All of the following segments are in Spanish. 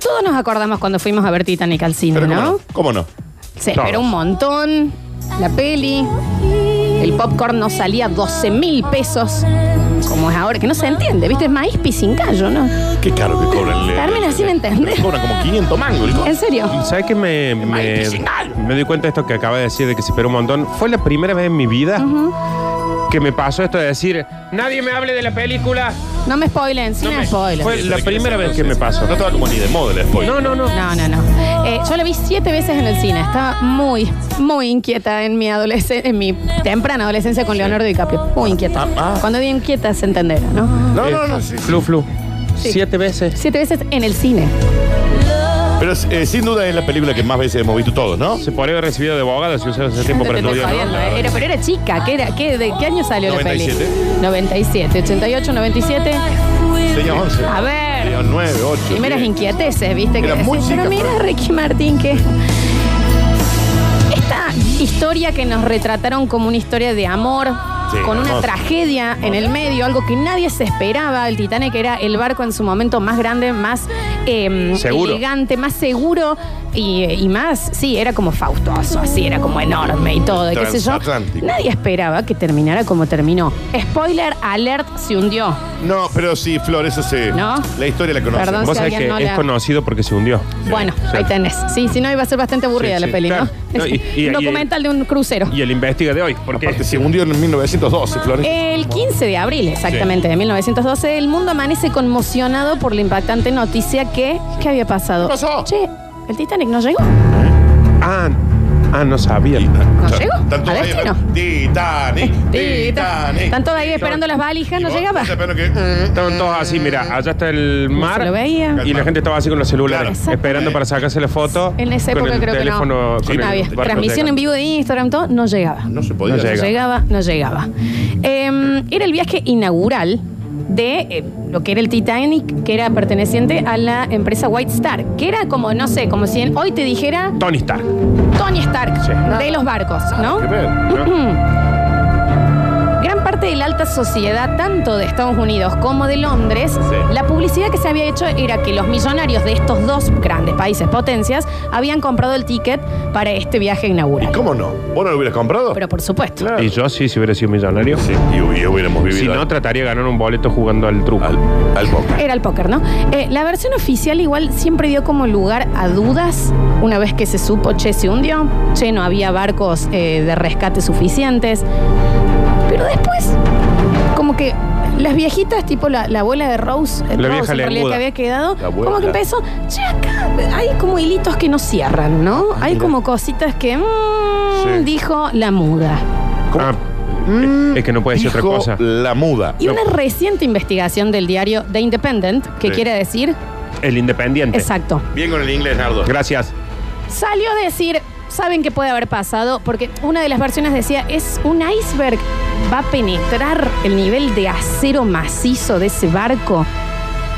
Todos nos acordamos cuando fuimos a ver Titanic al cine, Pero ¿no? ¿cómo no? ¿Cómo no? Se Todos. esperó un montón. La peli. El popcorn no salía 12 mil pesos. Como es ahora, que no se entiende, ¿viste? Es maíz pisingallo, ¿no? Qué caro que cobran. el- Termina sin entender. Cobran como 500 mangos. el co- ¿En serio? ¿Sabes qué me, me, Maite Singal. me doy cuenta de esto que acaba de decir de que se esperó un montón? Fue la primera vez en mi vida que me pasó esto de decir, nadie me hable de la película. No me spoilen, sin me- spoiler. fue- la Eso te primera quiero vez decir, que me entonces. pasó. No estaba como ni de moda el spoiler. No, no, no. No, no, no. Eh, yo la vi siete veces en el cine. Estaba muy, muy inquieta en mi adolescencia, en mi temprana adolescencia con Leonardo DiCaprio. Muy inquieta. Ah, ah. Cuando digo inquieta se entenderá, ¿no? No, Eh, no, no, sí, sí. Flu, flu. Sí. Siete veces. Siete veces en el cine. Pero eh, sin duda es la película que más veces hemos visto todos, ¿no? Se podría haber recibido de abogado si usara ese tiempo Te para estoy estudiar. jodiendo, ¿no? eh. Era- pero era chica. ¿Qué era? ¿Qué- ¿De qué año salió la 97. peli? 97. 88, 97. Tenía 11. A ver. Tenía 9, 8. Primeras diez. inquieteces, ¿viste? Era que muy decís, chica, pero mira, pero- Ricky Martín, que. Esta historia que nos retrataron como una historia de amor, Sí, con una hermoso. tragedia en el medio, algo que nadie se esperaba. El Titanic era el barco en su momento más grande, más eh, Seguro. elegante, más seguro y, y más, sí, era como faustoso, así, era como enorme y todo, y qué sé yo. Transatlántico. Nadie esperaba que terminara como terminó. Spoiler alert, se hundió. No, pero sí, Flor, eso sí. ¿No? La historia la conocemos. Perdón. Vos si sabés alguien que no es la- conocido porque se hundió. Bueno, Sí. ahí tenés. Sí, si no iba a ser bastante aburrida Sí, la sí, peli, claro. ¿no? No, y- y- Un documental de un crucero. Y el investiga de hoy. Porque Aparte, se hundió en 1912, Flor. El 15 de abril, exactamente, de 1912, el mundo amanece conmocionado por la impactante noticia que... ¿Qué había pasado? ¿Qué pasó? Che, el Titanic no llegó. ah, ah, no sabía. ¿No llegó? Tanto ¿A ahí, destino? Eh, Titanic, Titanic. Están todos ahí esperando las valijas, no Y vos, llegaba. estás esperando que- mm, Estaban todos así, mira, allá está el No mar. Eh, se lo veía. Y la gente estaba así con los celulares, Claro. esperando para sacarse la foto. En esa con época el creo que no. teléfono, Sí, con el Había barco transmisión en llegando. vivo de Instagram, todo, no llegaba. No se podía. No llega. No llegaba, no llegaba. Eh, era el viaje inaugural de eh, lo que era el Titanic, que era perteneciente a la empresa White Star, que era como, no sé, como si en- hoy te dijera Tony Stark. Tony Stark Sí. de los barcos, ¿no? ¿Qué pedo? Gran parte de la alta sociedad, tanto de Estados Unidos como de Londres, la publicidad que se había hecho era que los millonarios de estos dos grandes países potencias habían comprado el ticket para este viaje inaugural. ¿Cómo no? ¿Vos no lo hubieras comprado? Pero por supuesto. Claro. Y yo sí, si hubiera sido millonario. Sí, y, hu- y hubiéramos vivido. Si no, al- trataría de ganar un boleto jugando al truco. al, al poker. Era el póker, ¿no? Eh, la versión oficial igual siempre dio como lugar a dudas una vez que se supo, che, se hundió, che, no había barcos eh, de rescate suficientes. Pero después, como que las viejitas, tipo la, la abuela de Rose, eh, Rose, La vieja en realidad, lenguda. que había quedado, La abuela. como que empezó, che, acá hay como hilitos que no cierran, ¿no? hay Ah, mira. como cositas que, mm, Sí. dijo la muda. Ah, es que no puede decir otra Dijo cosa. mm, La muda. Y una reciente investigación del diario The Independent, que Sí. quiere decir, el independiente. exacto. Bien con el inglés, Nardo. Gracias. Salió a decir, ¿saben qué puede haber pasado? Porque una de las versiones decía, es un iceberg, va a penetrar el nivel de acero macizo de ese barco,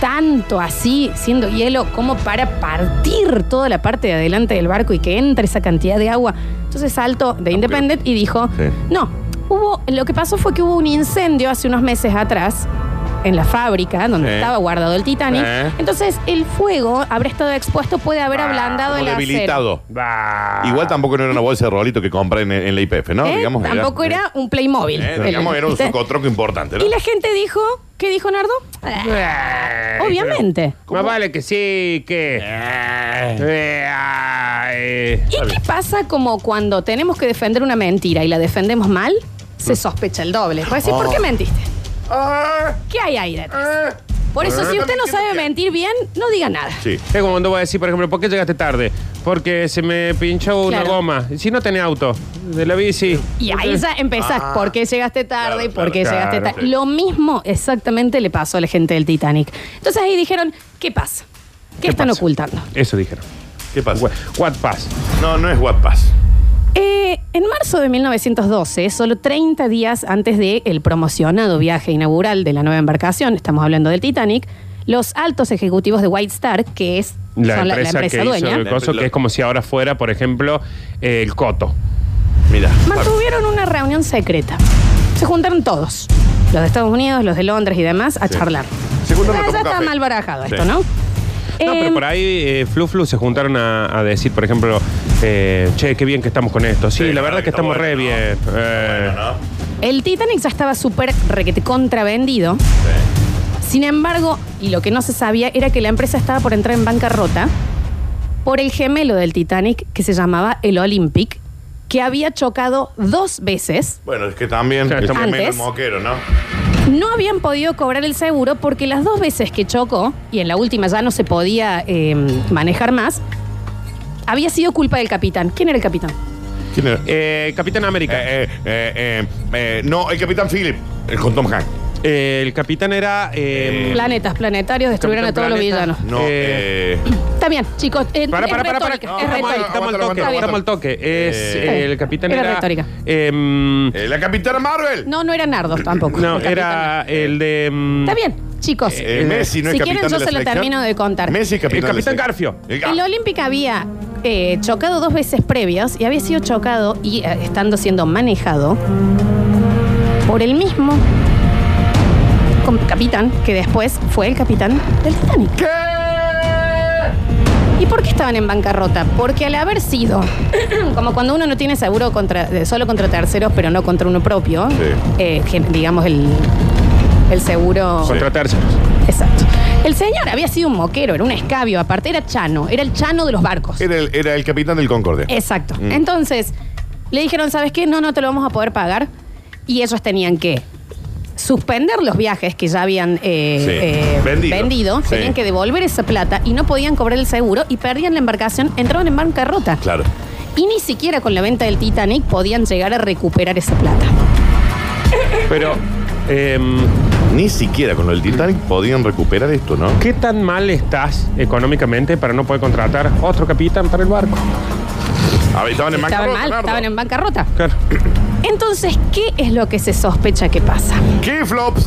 tanto así, siendo hielo, como para partir toda la parte de adelante del barco y que entre esa cantidad de agua. Entonces saltó de Independent y dijo, Sí. no, hubo, lo que pasó fue que hubo un incendio hace unos meses atrás. En la fábrica donde Sí. estaba guardado el Titanic. Sí. Entonces, el fuego habrá estado expuesto, puede haber Ah, ablandado Como el acero. debilitado. Bah. Igual tampoco no era una bolsa de rolito que compré en, en la IPF, ¿no? ¿Eh? Digamos, Tampoco era, un Playmobil. Eh, digamos, era un ¿Viste? socotroco importante, ¿no? Ah. Y la gente dijo, ¿qué dijo Nardo? Ay, Eh, Obviamente. pero- Más vale que sí, que. Eh, ay. ¿Y qué pasa como cuando tenemos que defender una mentira y la defendemos mal? Se sospecha el doble. Vos decís, ¿por qué mentiste? Mm. Oh. Ah, ¿Qué hay ahí detrás? ah. Por eso, Ah, si usted no ¿qué- sabe qué- mentir bien, no diga nada. Sí. Es como cuando voy a decir, por ejemplo, ¿por qué llegaste tarde? Porque se me pinchó una Claro. goma. Y Si no tenés auto, de la bici. Y ahí ya empezás, Ah. ¿por qué llegaste tarde? y Claro, ¿Por qué claro, llegaste claro, tarde? sí. Lo mismo exactamente le pasó a la gente del Titanic. Entonces ahí dijeron, ¿qué pasa? ¿Qué, están pasa? ocultando? Eso dijeron. ¿Qué pasa? What, what pass? No, no es WhatsApp. Eh, en marzo de 1912, solo 30 días antes del el promocionado viaje inaugural de la nueva embarcación, estamos hablando del Titanic, los altos ejecutivos de White Star, que es La son empresa, que hizo dueña, el coso, que es como si ahora fuera, por ejemplo, eh, el Coto. Mira. mantuvieron una reunión secreta. Se juntaron todos, los de Estados Unidos, los de Londres y demás, a charlar. Se juntaron a Ah, tomar ya un está café. mal barajado Sí. esto, ¿no? No, Em, pero por ahí eh, Flu Flu se juntaron a, a decir, por ejemplo, eh, che, qué bien que estamos con esto. Sí, Sí, la verdad claro, que estamos está re bueno, bien. Eh, Bueno, ¿no? El Titanic ya estaba súper requete contravendido. Sí. Sin embargo, y lo que no se sabía era que la empresa estaba por entrar en bancarrota por el gemelo del Titanic que se llamaba el Olympic, que había chocado dos veces. Bueno, es que también Claro, el estamos- gemelo, Antes. el moquero, ¿no? No habían podido cobrar el seguro porque las dos veces que chocó, y en la última ya no se podía eh, manejar más, había sido culpa del capitán. ¿Quién era el capitán? ¿Quién era? Eh, eh, Capitán América. eh, eh, eh, eh, no, el Capitán Philip, el con Tom Hanks. Eh, el capitán era. eh, Planetas, planetarios, destruyeron a Capitán todos los Planeta. villanos. No, Eh, eh, Está bien, chicos. eh, Para, para, es para, para. retórica, es no, vamos, retórica. vamos, Estamos al toque, Está bien. estamos al toque. Es, Eh, eh, el capitán Era era. retórica. em, eh, la Capitana Marvel. No, no era Nardo tampoco. no, el capitán. era el de. em, Está bien, chicos. Eh, Messi no si es capitán quieren, yo de la se lo selección. termino de contar. Messi es capitán. El capitán de la selección. Garfio. El- El ah, Olympic había eh, chocado dos veces previas y había sido chocado y eh, estando siendo manejado por el mismo com- capitán que después fue el capitán del Titanic. ¿Y por qué estaban en bancarrota? Porque al haber sido, como cuando uno no tiene seguro contra, eh, solo contra terceros, pero no contra uno propio, Sí. eh, gen- digamos el, el seguro... Contra terceros. Exacto. El señor había sido un moquero, era un escabio, aparte era chano, era el chano de los barcos. Era el, era el capitán del Concorde. Exacto. Mm. Entonces, le dijeron, ¿sabes qué? No, no te lo vamos a poder pagar. Y ellos tenían que suspender los viajes que ya habían eh, eh, Vendido. Sí. tenían que devolver esa plata y no podían cobrar el seguro y perdían la embarcación, entraban en bancarrota. Claro. Y ni siquiera con la venta del Titanic podían llegar a recuperar esa plata. Pero. em, Ni siquiera con el Titanic podían recuperar esto, ¿no? ¿Qué tan mal estás económicamente para no poder contratar otro capitán para el barco? A ver, Ah, estaban estaban en bancarrota, mal, Nardo. estaban en bancarrota. Claro. Entonces, ¿qué es lo que se sospecha que pasa? ¿Qué flops?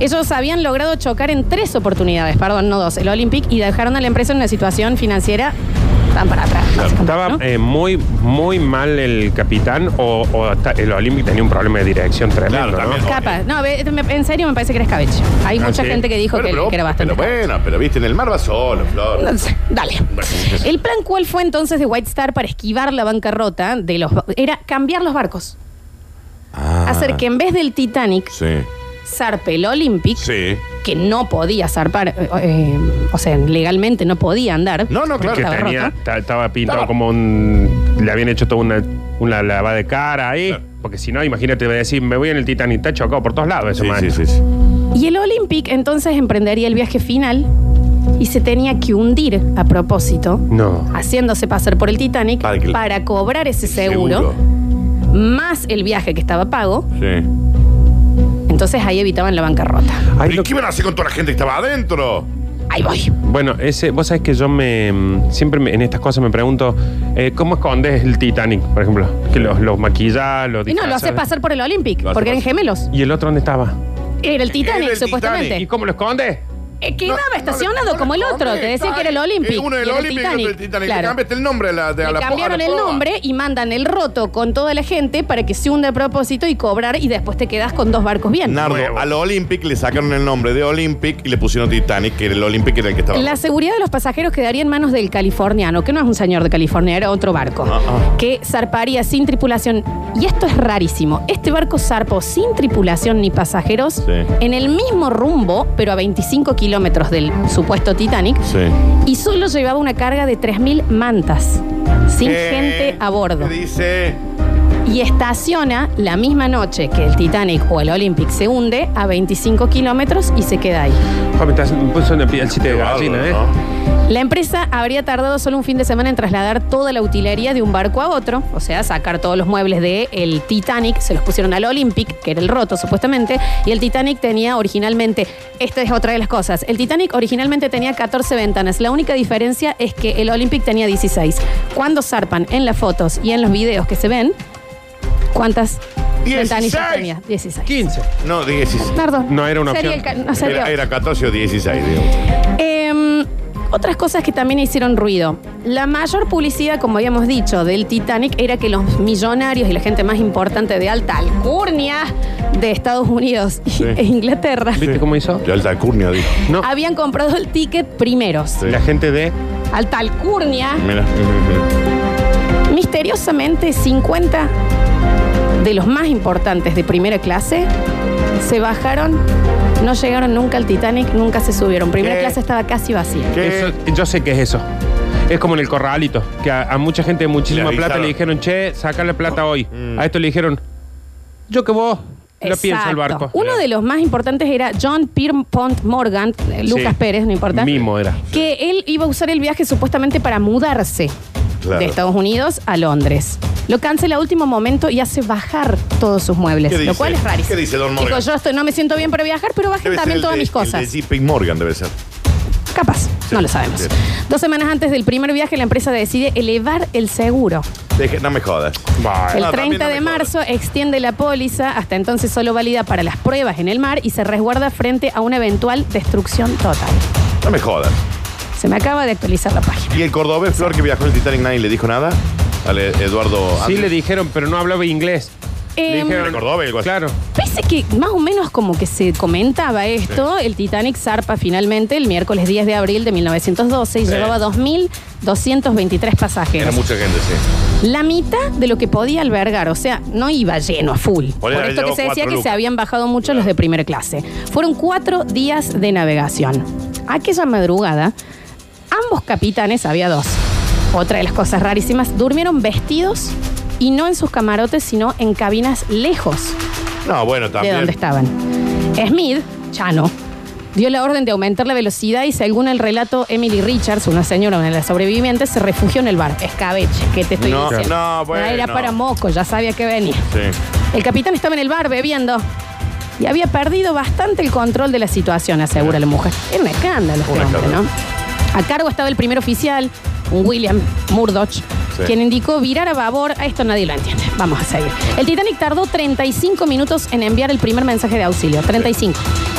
Ellos habían logrado chocar en tres oportunidades, perdón, no dos, el Olympic, y dejaron a la empresa en una situación financiera tan para atrás. básicamente, Estaba ¿no? eh, muy, muy mal el capitán o, o ta- el Olympic tenía un problema de dirección tremendo, Claro, ¿no? también. Capaz. No, ve- me- en serio me parece que era escabeche. Hay Ah, mucha sí. gente que dijo Bueno, que, pero, que era bastante. Pero bueno, pero viste, en el mar va solo, Flor. Entonces, Dale. El plan cuál fue entonces de White Star para esquivar la bancarrota de los ba- era cambiar los barcos, Ah, hacer que en vez del Titanic Sí. zarpe el Olympic, Sí. que no podía zarpar, eh, eh, o sea, legalmente no podía andar. No, no, claro. porque Que estaba tenía, roto. ta- estaba pintado Estaba- como un. Le habían hecho toda una, una lavada de cara ahí. Claro. Porque si no, imagínate, voy a decir, me voy en el Titanic, está chocado por todos lados ese Sí, man. sí, sí, sí. Y el Olympic entonces emprendería el viaje final y se tenía que hundir a propósito, No. haciéndose pasar por el Titanic Para que- para cobrar ese seguro, más el viaje que estaba pago. Sí. Entonces ahí evitaban la bancarrota. Ahí ¿Y lo- qué iban a hacer con toda la gente que estaba adentro? Ahí voy. Bueno, ese, vos sabés que yo me mm, siempre me- en estas cosas me pregunto, eh, ¿cómo escondes el Titanic, por ejemplo? Que los, los maquillás, los Y no, lo hace disfrazás. pasar por el Olympic, Lo hace porque eran pasar. gemelos. ¿Y el otro dónde estaba? Era el Titanic, Era el supuestamente. ¿Y cómo lo escondes? Eh, Quedaba No, no le- estacionado no le como el otro, conté, te decía está que era el ahí. Olympic. Eh, Uno y del era el Olympic y otro del Titanic. Le Claro. cambiaste el nombre a la, de, a Le la po- a cambiaron la el pava. nombre y mandan el roto con toda la gente para que se hunda a propósito y cobrar y después te quedas con dos barcos bien. Nardo, Nuevo. al Olympic le sacaron el nombre de Olympic y le pusieron Titanic, que era el Olympic era el que estaba. La seguridad de los pasajeros quedaría en manos del californiano, que no es un señor de California, era otro barco, Ah, ah. que zarparía sin tripulación. Y esto es rarísimo. Este barco zarpó sin tripulación ni pasajeros Sí. en el mismo rumbo, pero a 25 kilómetros del supuesto Titanic, Sí. y solo llevaba una carga de 3.000 mantas, sin Eh, gente a bordo. ¿qué Dice. Y estaciona la misma noche que el Titanic o el Olympic se hunde a 25 kilómetros y se queda ahí. Juan, me estás- me puso una pielcita de Qué gallina, ¿eh? bárbaro, La empresa habría tardado solo un fin de semana en trasladar toda la utilería de un barco a otro, o sea, sacar todos los muebles del el Titanic, se los pusieron al Olympic, que era el roto supuestamente, y el Titanic tenía originalmente, esta es otra de las cosas, el Titanic originalmente tenía 14 ventanas, la única diferencia es que el Olympic tenía 16. Cuando zarpan en las fotos y en los videos que se ven, ¿cuántas 16. ventanillas tenía? 16. 15. No, 16. Nardo, No era una sería el opción. ca- no sería Era, era 14 o 16, digamos. Em, Otras cosas que también hicieron ruido. La mayor publicidad, como habíamos dicho, del Titanic era que los millonarios y la gente más importante de alta alcurnia de Estados Unidos y- Sí. e Inglaterra ¿Viste cómo hizo? De alta alcurnia, dijo. No, habían comprado el ticket primeros. Sí. la gente de. Alta alcurnia, Mira. Ujú, misteriosamente 50 de los más importantes de primera clase se bajaron, no llegaron nunca al Titanic, nunca se subieron. Primera ¿Qué? clase estaba casi vacía. ¿Qué? Eso- yo sé qué es eso. Es como en el corralito, que a, a mucha gente de muchísima Le plata le avisaron. dijeron, che, saca la plata hoy. Mm. A esto le dijeron, yo que vos, lo pienso Exacto. el barco. Uno de los más importantes era John Pierpont Morgan, eh, Lucas Sí. Pérez, no importa. Mimo eh. era. Que él iba a usar el viaje supuestamente para mudarse Claro. de Estados Unidos a Londres. Lo cancela a último momento y hace bajar todos sus muebles, ¿Qué dice? lo cual es rarísimo. ¿Qué dice Don Morgan? Chicos, yo estoy- no me siento bien para viajar, pero bajen Debe ser también el todas de- mis cosas. El de JP Morgan debe ser. Capaz, no lo sabemos. sí. Dos semanas antes del primer viaje, la empresa decide elevar el seguro. Deje- no me jodas. Bah, El Ah, no, también 30 no de me jodas. marzo extiende la póliza, hasta entonces solo válida para las pruebas en el mar y se resguarda frente a una eventual destrucción total. No me jodas. Se me acaba de actualizar la página. ¿Y el cordobés Flor que viajó en el Titanic nadie le dijo nada? Al eh, Eduardo Sí Andrés. le dijeron, pero no hablaba inglés. Em, Era cordobés, el guaso. claro. Pese que más o menos como que se comentaba esto, el Titanic zarpa finalmente el miércoles 10 de abril de 1912 y Sí. llevaba 2.223 Era pasajeros. mucha gente, sí. La mitad de lo que podía albergar, o sea, no iba lleno a full. Por Ponele, esto que llevó se decía cuatro que se lucas. habían bajado mucho los de primera clase. Fueron cuatro días de navegación. Aquella madrugada, ambos capitanes, había dos, otra de las cosas rarísimas, durmieron vestidos y no en sus camarotes, sino en cabinas lejos No, bueno, también. de donde estaban. Smith, Chano, dio la orden de aumentar la velocidad y según el relato, Emily Richards, una señora, una de las sobrevivientes, se refugió en el bar. Escabeche, ¿qué te estoy No, diciendo? no, bueno. Era para moco, ya sabía que venía. Sí. El capitán estaba en el bar bebiendo y había perdido bastante el control de la situación, asegura la mujer. Era un escándalo este Un hombre, escándalo. ¿no? A cargo estaba el primer oficial, un William Murdoch, quien indicó virar a babor. A esto nadie lo entiende. Vamos a seguir. El Titanic tardó 35 minutos en enviar el primer mensaje de auxilio. 35.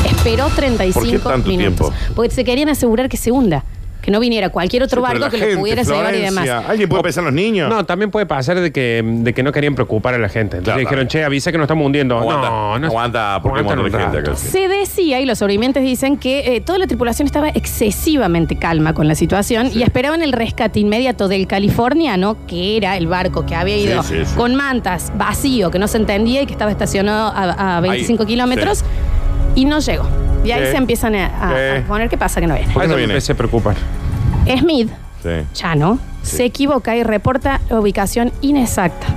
Esperó 35 ¿Por qué tanto minutos. tiempo? Porque se querían asegurar que se hunda, que no viniera cualquier otro Sí, pero barco la que gente, lo pudiera llevar y Florencia, demás. ¿Alguien puede pensar en los niños? No, también puede pasar de que, de que no querían preocupar a la gente. Entonces Claro, dijeron, claro. che, avisa que nos estamos hundiendo. Aguanta, no, no. aguanta, porque hay un montón de aguantan un gente rato. acá. Se decía, y los sobrevivientes dicen, que eh, toda la tripulación estaba excesivamente calma con la situación y esperaban el rescate inmediato del californiano, que era el barco que había Sí, ido sí, sí. con mantas, vacío, que no se entendía y que estaba estacionado a, a 25 Ahí, kilómetros, y no llegó. Y ahí Sí. se empiezan a, a- a Sí. poner qué pasa que no viene. Ahí no me viene? empecé a preocupar. Smith, Sí. Chano, se equivoca y reporta la ubicación inexacta.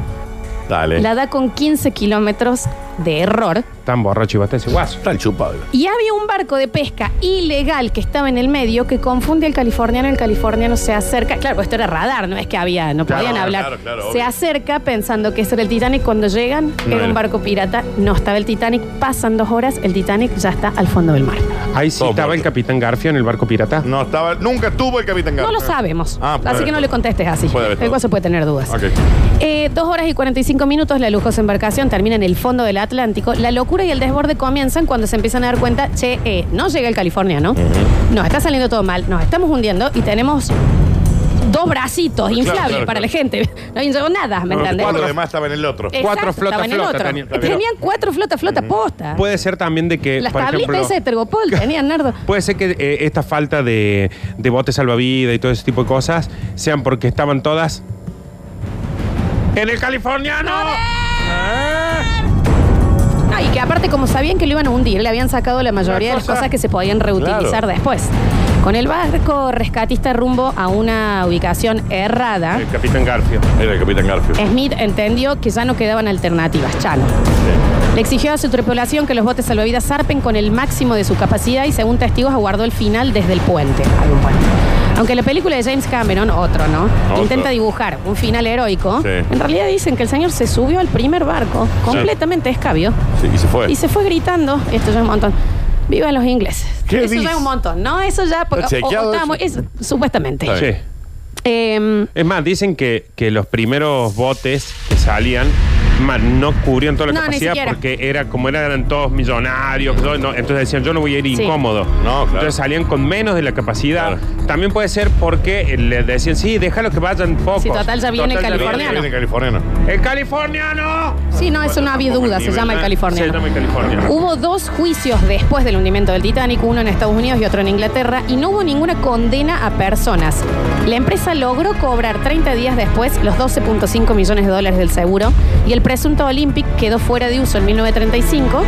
Dale. La da con 15 kilómetros de error. Tan borracho y bastante guaso. Está el chupado. Y había un barco de pesca ilegal que estaba en el medio que confunde al californiano. El californiano se acerca. Claro, esto era radar, no es que había, no Claro, podían claro, hablar. claro, obvio. se acerca pensando que ese era el Titanic. Cuando llegan, No era un era. barco pirata. No estaba el Titanic. Pasan dos horas, el Titanic ya está al fondo del mar. Ahí sí Todo estaba muerto. Mm. el capitán Garfio en el barco pirata. No estaba. Nunca estuvo el Capitán No Garfio. lo sabemos. Ah, puede así haber que no todo. le contestes así. Puede haber el todo. guaso puede tener dudas. Ok. Eh, dos horas y 45 minutos, la lujosa embarcación termina en el fondo del Atlántico. La locura y el desborde comienzan cuando se empiezan a dar cuenta, che, eh, no llega el California, ¿no? Nos está saliendo todo mal, nos estamos hundiendo y tenemos dos bracitos Claro, inflables claro, para claro. la gente. No llegó nada, ¿me Bueno, entendés? Eh. Cuatro Cuatro. demás estaban en el otro. Exacto, Cuatro flota, estaban en flota otro. tenían. Tenían cuatro flota, flota, posta. Puede ser también de que, Las por tablitas ejemplo... esas de Tergopol tenían, Nardo. Puede ser que eh, esta falta de, de botes salvavidas y todo ese tipo de cosas sean porque estaban todas en el californiano. Ah. No, Ah, y que aparte, como sabían que lo iban a hundir, le habían sacado la mayoría de las cosa- cosas que se podían reutilizar Claro. después. Con el barco rescatista rumbo a una ubicación errada, El capitán Garfio. Era el Capitán Garfio. Smith entendió que ya no quedaban alternativas, Chano. Le exigió a su tripulación que los botes salvavidas zarpen con el máximo de su capacidad y, según testigos, aguardó el final desde el puente. Hay un puente. Aunque la película de James Cameron, otro, ¿no? Otro. Intenta dibujar un final heroico. Sí. En realidad dicen que el señor se subió al primer barco, completamente escabio. Sí, y se fue. Y se fue gritando, esto ya es un montón. Viva los ingleses. ¿Qué eso ya dice? es un montón. No, eso ya. Porque, ¿Está o- o chequeado estábamos- es- supuestamente. Está bien. Sí. Em, Es más, dicen que, que los primeros botes que salían Man, no cubrían toda la No, ni capacidad siquiera. porque era como eran, eran todos millonarios, todo, no, entonces decían, yo no voy a ir Sí. incómodo. No, claro. Entonces salían con menos de la capacidad. Claro. También puede ser porque eh, le decían, sí, déjalo que vayan pocos. Sí, total, ya viene el californiano. Viene californiano. ¡El californiano! Sí, no, eso no había tampoco duda, el se nivel, llama el ¿eh? California. Se llama el californiano. Hubo dos juicios después del hundimiento del Titanic, uno en Estados Unidos y otro en Inglaterra, y no hubo ninguna condena a personas. La empresa logró cobrar 30 días después los 12.5 millones de dólares del seguro y el presunto Olympic quedó fuera de uso en 1935,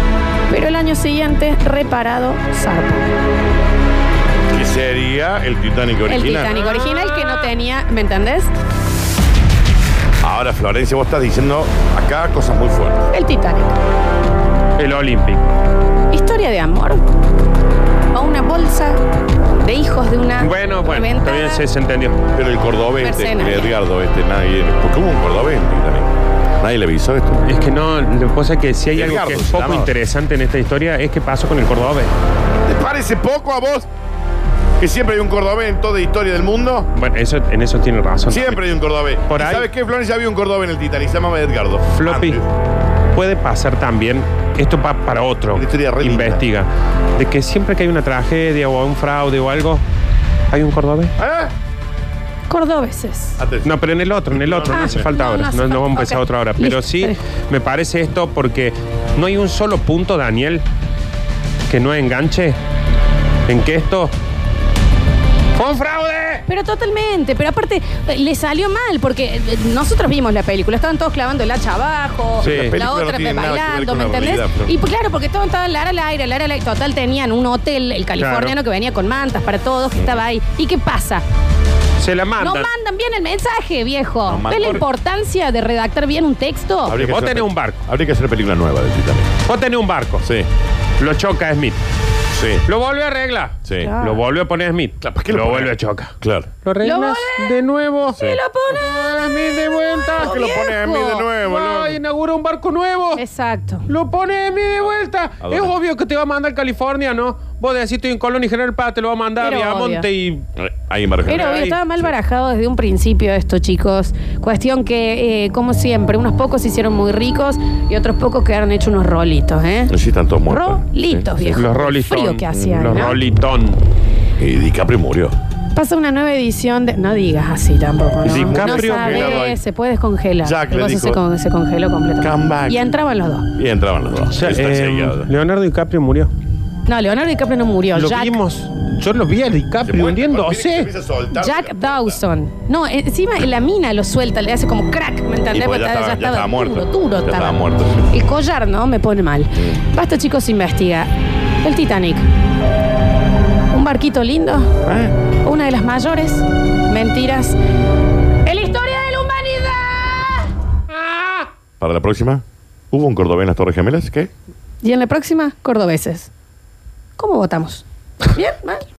pero el año siguiente reparado zarpo. Que sería el Titanic El original. Titanic original que no tenía, ¿me entendés? Ahora, Florencia, vos estás diciendo acá cosas muy fuertes. El Titanic. Uh. El Olympic. Historia de amor o una bolsa de hijos de una Bueno, bueno, reventada. también se, se entendió. Pero el cordobés, este, el Mercenario. Edgardo, este, nadie. ¿Por qué hubo un cordobés en el Titanic? Nadie le avisó esto. Es que no, la cosa es que si hay algo Edgardo que es se poco llamaba. interesante en esta historia es qué pasó con el cordobés. ¿Te parece poco a vos? Que siempre hay un cordobés en toda la historia del mundo. Bueno, eso, en eso tiene razón. Siempre hay un cordobés. Por ¿Y ahí- ¿Sabes qué, Florencia? Había un cordobés en el Titanic. Se llamaba Edgardo. Floppy, Antes. puede pasar también, esto va para otro, Una historia re linda. investiga, de que siempre que hay una tragedia o un fraude o algo, hay un cordobés. ¿Eh? Cordobeses. Atención. No, pero en el otro, en el otro, Ah, no hace falta no, no ahora, hace no, no falta. vamos a empezar Ok. otra hora. Pero Listo. sí, me parece esto porque no hay un solo punto, Daniel, que no enganche en que esto fue un fraude. Pero totalmente, pero aparte eh, le salió mal porque eh, nosotros vimos la película, estaban todos clavando el hacha abajo, Sí. La la, película no otra tiene nada que ver bailando, con ¿me la entendés? realidad, pero- Y pues, claro, porque todos estaban lara al aire, lara al aire, total tenían un hotel, el californiano Claro. que venía con mantas para todos, que estaba ahí. ¿Y qué pasa? Se la No mandan. mandan bien el mensaje, viejo. No ¿Ves mandan. la importancia de redactar bien un texto? Habría que Vos hacer tenés una- un barco. Habría que hacer una película nueva del Titanic. Vos tenés un barco, Sí, lo choca Smith. sí, Lo vuelve a arreglar. sí. Claro. Lo vuelve a poner Smith. Claro, ¿para qué lo lo pone? vuelve a chocar. Claro. Lo arreglas de nuevo. Y lo ponen. Ahora Smith de vuelta. Que lo pone a mí de nuevo, Va, loco. inaugura un barco nuevo. Exacto. Lo pone a mí de vuelta. ¿A dónde? Es obvio que te va a mandar a California, ¿no? Vos decís, estoy en Colón y General Paz, te lo va a mandar Pero y a obvio. Monte y... Ahí en Barrio Pero General. obvio, estaba mal Sí. barajado desde un principio esto, chicos. Cuestión que, eh, como siempre, unos pocos se hicieron muy ricos y otros pocos quedaron hechos unos rolitos, ¿eh? No sí, están todos muertos. Rolitos, viejo. Los El Rolitón. Frío que hacía. Los ¿no? Rolitón. Y DiCaprio murió. Pasa una nueva edición de. No digas así tampoco, ¿no? DiCaprio, no sabés, cuidado ahí. se puede descongelar. Jack El le coso dijo, se, con- se congeló completamente. "Come back". Y entraban los dos. Y entraban los dos. Está eh, sellado. Leonardo DiCaprio murió. No, Leonardo DiCaprio no murió. Lo Jack, vimos. Yo lo vi a Se DiCaprio muere, cuando hundiéndose. mira que se empieza a soltar, se Jack la puta. Dawson. No, encima la mina lo suelta, le hace como crack, ¿me entendés? Y pues ya Porque estaba- ya estaba muerto. Duro, duro Ya estaba muerto, sí. El collar, ¿no? Me pone mal. Basta, chicos, investiga. El Titanic. Un barquito lindo. ¿Eh? Una de las mayores mentiras. ¡En la historia de la humanidad! Para la próxima, ¿hubo un cordobés en las Torres Gemelas? ¿Qué? Y en la próxima, cordobeses. ¿Cómo votamos? ¿Bien? ¿Mal?